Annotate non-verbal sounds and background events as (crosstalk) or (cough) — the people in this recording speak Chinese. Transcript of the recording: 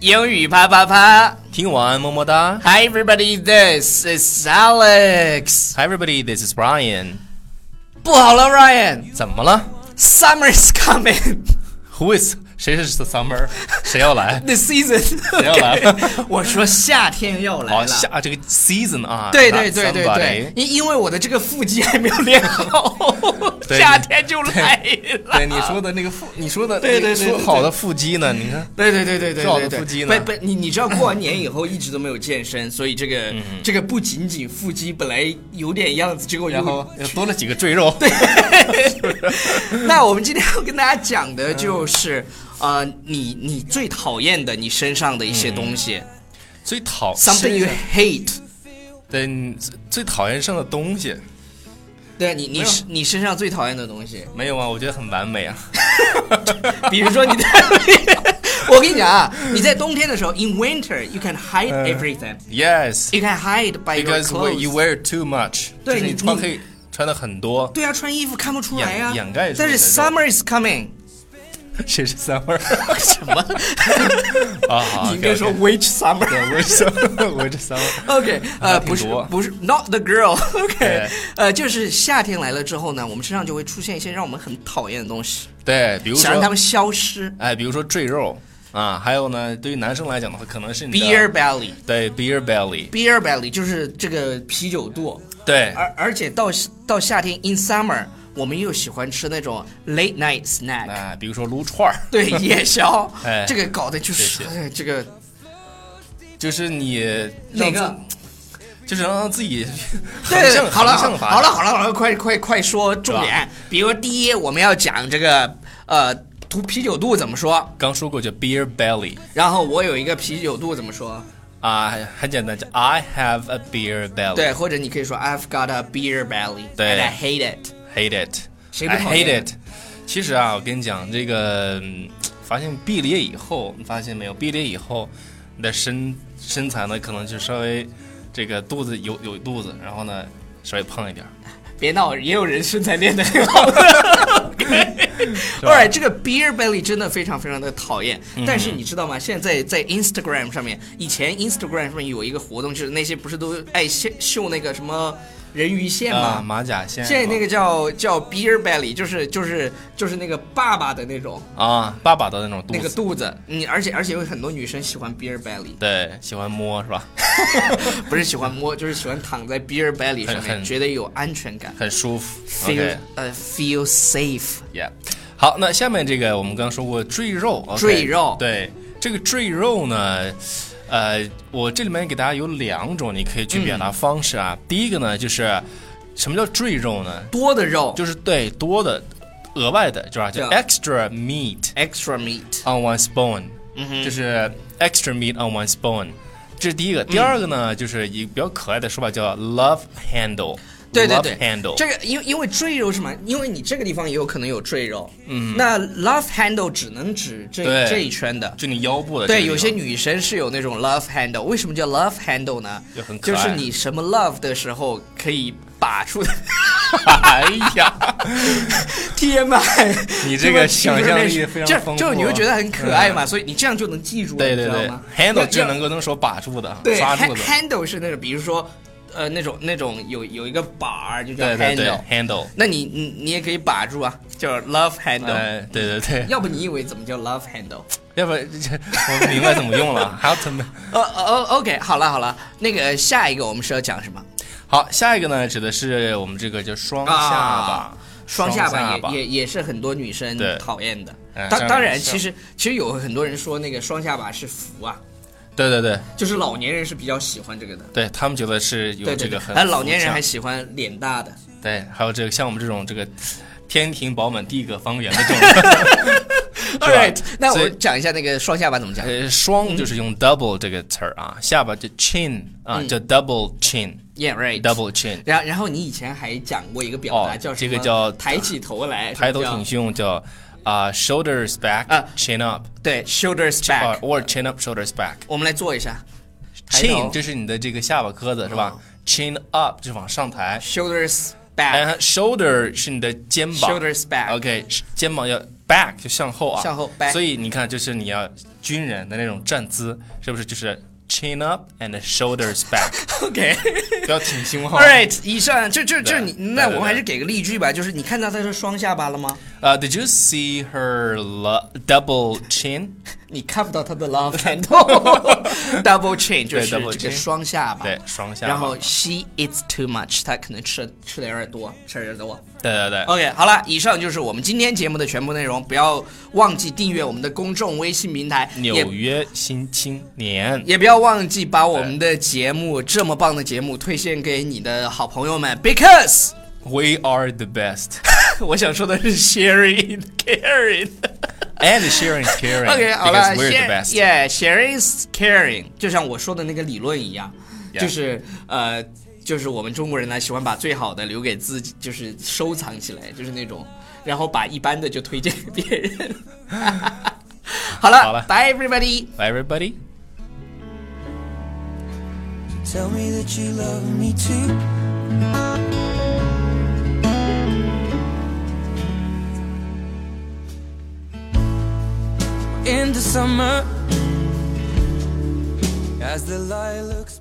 英语啪啪啪听完么么哒。 ！Hi everybody, this is Alex。 Hi everybody, this is Brian。不好了，Ryan，Summer 怎么了 is coming？？Who is 谁是 Summer？谁要来 (laughs) this (laughs) season。要来 (laughs) 了 (laughs) 我说夏天要来好，了。下这个 season 啊。对 not 对对对 somebody (laughs) 对，因因为我的这个腹肌还没有练 (laughs) 好，对夏天就来了。对你说的那个腹，你说的对对对对说好的腹肌呢？你 (laughs) 看，对对对对对最好的对对腹肌呢不不，你你知道过完年以后一直都没有健身，所以这个这个不仅仅腹肌本来有点样子，结果又然后又多了几个赘肉。对， (laughs) 那我们今天要跟大家讲的就是，呃，你你最讨厌的你身上的一些东西、最讨 s o m e t h i n g you hate。对你最最讨厌上的东西对你，你没有是你身上最讨厌的东西，没有啊？我觉得很完美啊。比如说你的， (laughs) 我跟你讲啊，你在冬天的时候，in winter you can hide 嗯 everything，you、 Yes, can hide by your because clothes。 you wear too much。就对是你你穿你可以穿的很 (laughs) 多。对啊，穿衣服看不出来啊，掩掩盖住但是你的肉 summer is coming，谁是 (laughs) Summer？什么？啊，好 (laughs) 你应该说 which summer？对，我是 Summer，我是 Summer。 (laughs) OK，呃，还不挺是多不是，not the (laughs) girl，OK，对呃，就是夏天来了之后呢，我们身上就会出现一些让我们很讨厌的东西，对，比如想让它说，们消失。哎，比如说赘肉啊，还有呢，对于男生来讲的话，可能是你的 Beer belly，beer 对 beer belly， belly 就是这个啤酒肚，对而而且到到夏天 in summer，我们又喜欢吃那种 late night snack，啊，比如说撸串儿， (laughs) (laughs) 对夜宵哎，这个搞的就是谢谢哎这个就是你哪让个自？就是让自己横对，向好了，横好向发展了，好了，好了，好了，快快快说重是点。比如第一，我们要讲这个呃，涂啤酒肚怎么说？刚说过叫 beer belly 然后我有一个啤酒肚怎么说？啊，很简单，叫 I have a beer belly。对，或者你可以说 I've got a beer belly，对 and I hate it。 Hate it，谁不 I 讨厌 hate it。其实啊，我跟你讲，这个嗯发现毕业以后，你发现没有？毕业以后，你的身身材呢，可能就稍微这个肚子有有肚子，然后呢稍微胖一点儿。别闹，也有人身材练得很 (laughs) 好的。Alright，这个 beer belly 真的非常非常的讨厌。嗯但是你知道吗？现在在 Instagram 上面，以前 Instagram 上面有一个活动，就是那些不是都爱秀秀那个什么人鱼线啊，吗？马甲线。现在那个叫叫 beer belly，就是就是就是那个爸爸的那种啊，爸爸的那种肚那个子，肚子，你而且而且有很多女生喜欢 beer belly，对，喜欢摸是吧？不是喜欢摸，就是喜欢躺在 beer belly 上很面，很觉得有安全感很舒服。 ，feel 呃 feel safe。 OK，yeah。好，那下面这个我们刚刚说过赘肉，OK 赘肉对，这个赘肉呢，呃，我这里面给大家有两种你可以去表嗯达方式啊。第一个呢，就是什么叫赘肉呢？多的肉就是对多的、额外的，就是吧叫对 extra meat extra meat， on one's bone，、就是嗯 extra meat on one's bone。这是第一个，第二个呢，嗯就是一个比较可爱的说法叫 love handle，对对 love handle，对，这个因为因为赘肉是嘛，因为你这个地方也有可能有赘肉，嗯，那 love handle 只能指这对这一圈的，就你腰部的这个对，地有方些女生是有那种 love handle，为什么叫 love handle 呢？就很可就爱是你什么 love 的时候可以拔出 (laughs) 的 (laughs) 哎呀， TMI。 (laughs) 你这个想象力非常丰富啊，嗯就就你会觉得很可爱嘛，所以你这样就能记住，对你对知对道吗，handle 就要能够能手把住的，对抓住 hand- 的， handle 是那种，比如说呃那种那种有有一个把儿就叫对对对 handle， handle，那你你你也可以把住啊，叫 love handle。哎，对对对，要不你以为怎么叫 love handle？ (laughs) 要不 (laughs) 然我明白怎么用了，还要怎么？呃呃，OK，好了好了，那个下一个我们是要讲什么？好，下一个呢，指的是我们这个叫双下啊巴，双下下巴也也也是很多女生对讨厌的哎。当像当然，像其实其实有很多人说那个双下巴是福啊，对对对就是老年人是比较喜欢这个的。对，他们觉得是有对对这对个，很哎，老年人还福相喜欢脸大的。对，还有这个像我们这种这个天庭饱满地阁方圆的 (laughs) 这种，是吧 Alright，那我所以讲一下那个双下巴怎么讲。呃，嗯双就是用 double 这个词儿啊，下巴就 chin 啊，嗯叫 double chin。 Yeah, right. double chin，然然后你以前还讲过一个表达哦叫什这个么叫抬起头来，抬头什么挺叫胸叫啊、shoulders back 啊 chin up 对，shoulders 啊 back。 or chin up shoulders back 我们来做一下 chin 这是你的这个下巴磕子是吧？chin up 就是往上抬， shoulders 然 back。后 shoulder 是你的肩膀 Shoulders back OK 肩膀要 back 就向后啊，向后 back 所以你看，就是你要军人的那种站姿，是不是就是 (laughs) chin up and shoulders back， (laughs) OK。不要挺胸啊哈 All。right，以上就就就对你，对那我对们对还是给个例句吧。就是你看到他是双下巴了吗？呃、d i d you see her lo- double chin？你看不到他的 (laughs) love handle。Double (laughs) chin 就是对，double 这个 chin 双下巴。对，双下巴。然后 she eats too much，她可能吃吃的有点多，吃的有点多。对对对。 OK，好了，以上就是我们今天节目的全部内容。不要忘记订阅我们的公众微信平台，也纽约新青年，也不要忘记把我们的节目这么棒的节目推荐给你的好朋友们，because We are the best. (laughs) 我想说的是 sharing caring。 And sharing is caring. OK，好了 because we're the best. ，Yeah，sharing is caring，就像我说的那个理论一样 Yeah 就是呃，就是我们中国人呢喜欢把最好的留给自己，就是收藏起来，就是那种，然后把一般的就推荐给别人。 (laughs) 好了好了 b y e everybody。 Bye, everybody. Tell me that you love me too. In the summer, as the lilacs.